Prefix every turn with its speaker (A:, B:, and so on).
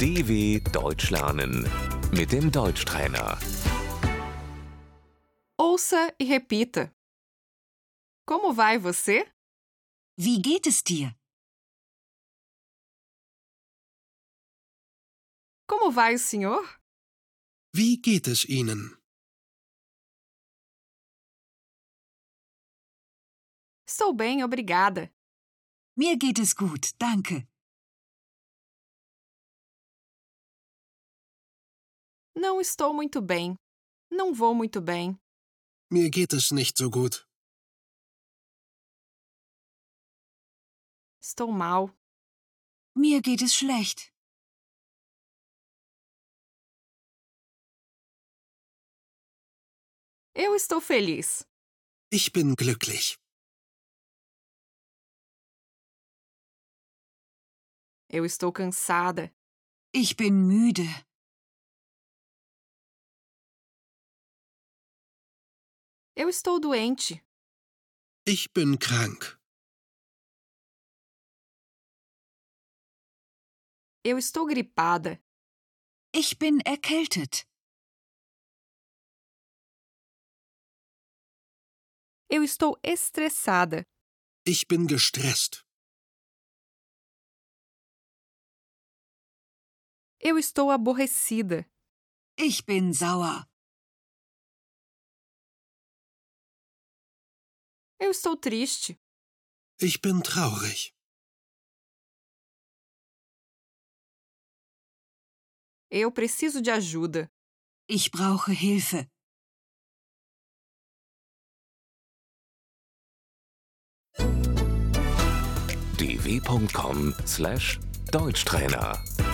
A: DW Deutsch lernen mit dem Deutschtrainer.
B: Ouça e repita. Como vai você?
C: Wie geht es dir?
B: Como vai o senhor?
D: Wie geht es Ihnen?
B: Estou bem, obrigada.
C: Mir geht es gut, danke.
B: Não estou muito bem. Não vou muito bem.
D: Mir geht es nicht so gut.
B: Estou mal.
C: Mir geht es schlecht.
B: Eu estou feliz.
D: Ich bin glücklich.
B: Eu estou cansada.
C: Ich bin müde.
B: Eu estou doente.
D: Ich bin krank.
B: Eu estou gripada.
C: Ich bin erkältet.
B: Eu estou estressada.
D: Ich bin gestresst.
B: Eu estou aborrecida.
C: Ich bin sauer.
B: Eu estou triste.
D: Ich bin traurig.
B: Eu preciso de ajuda.
C: Ich brauche Hilfe.
A: dw.com/deutschtrainer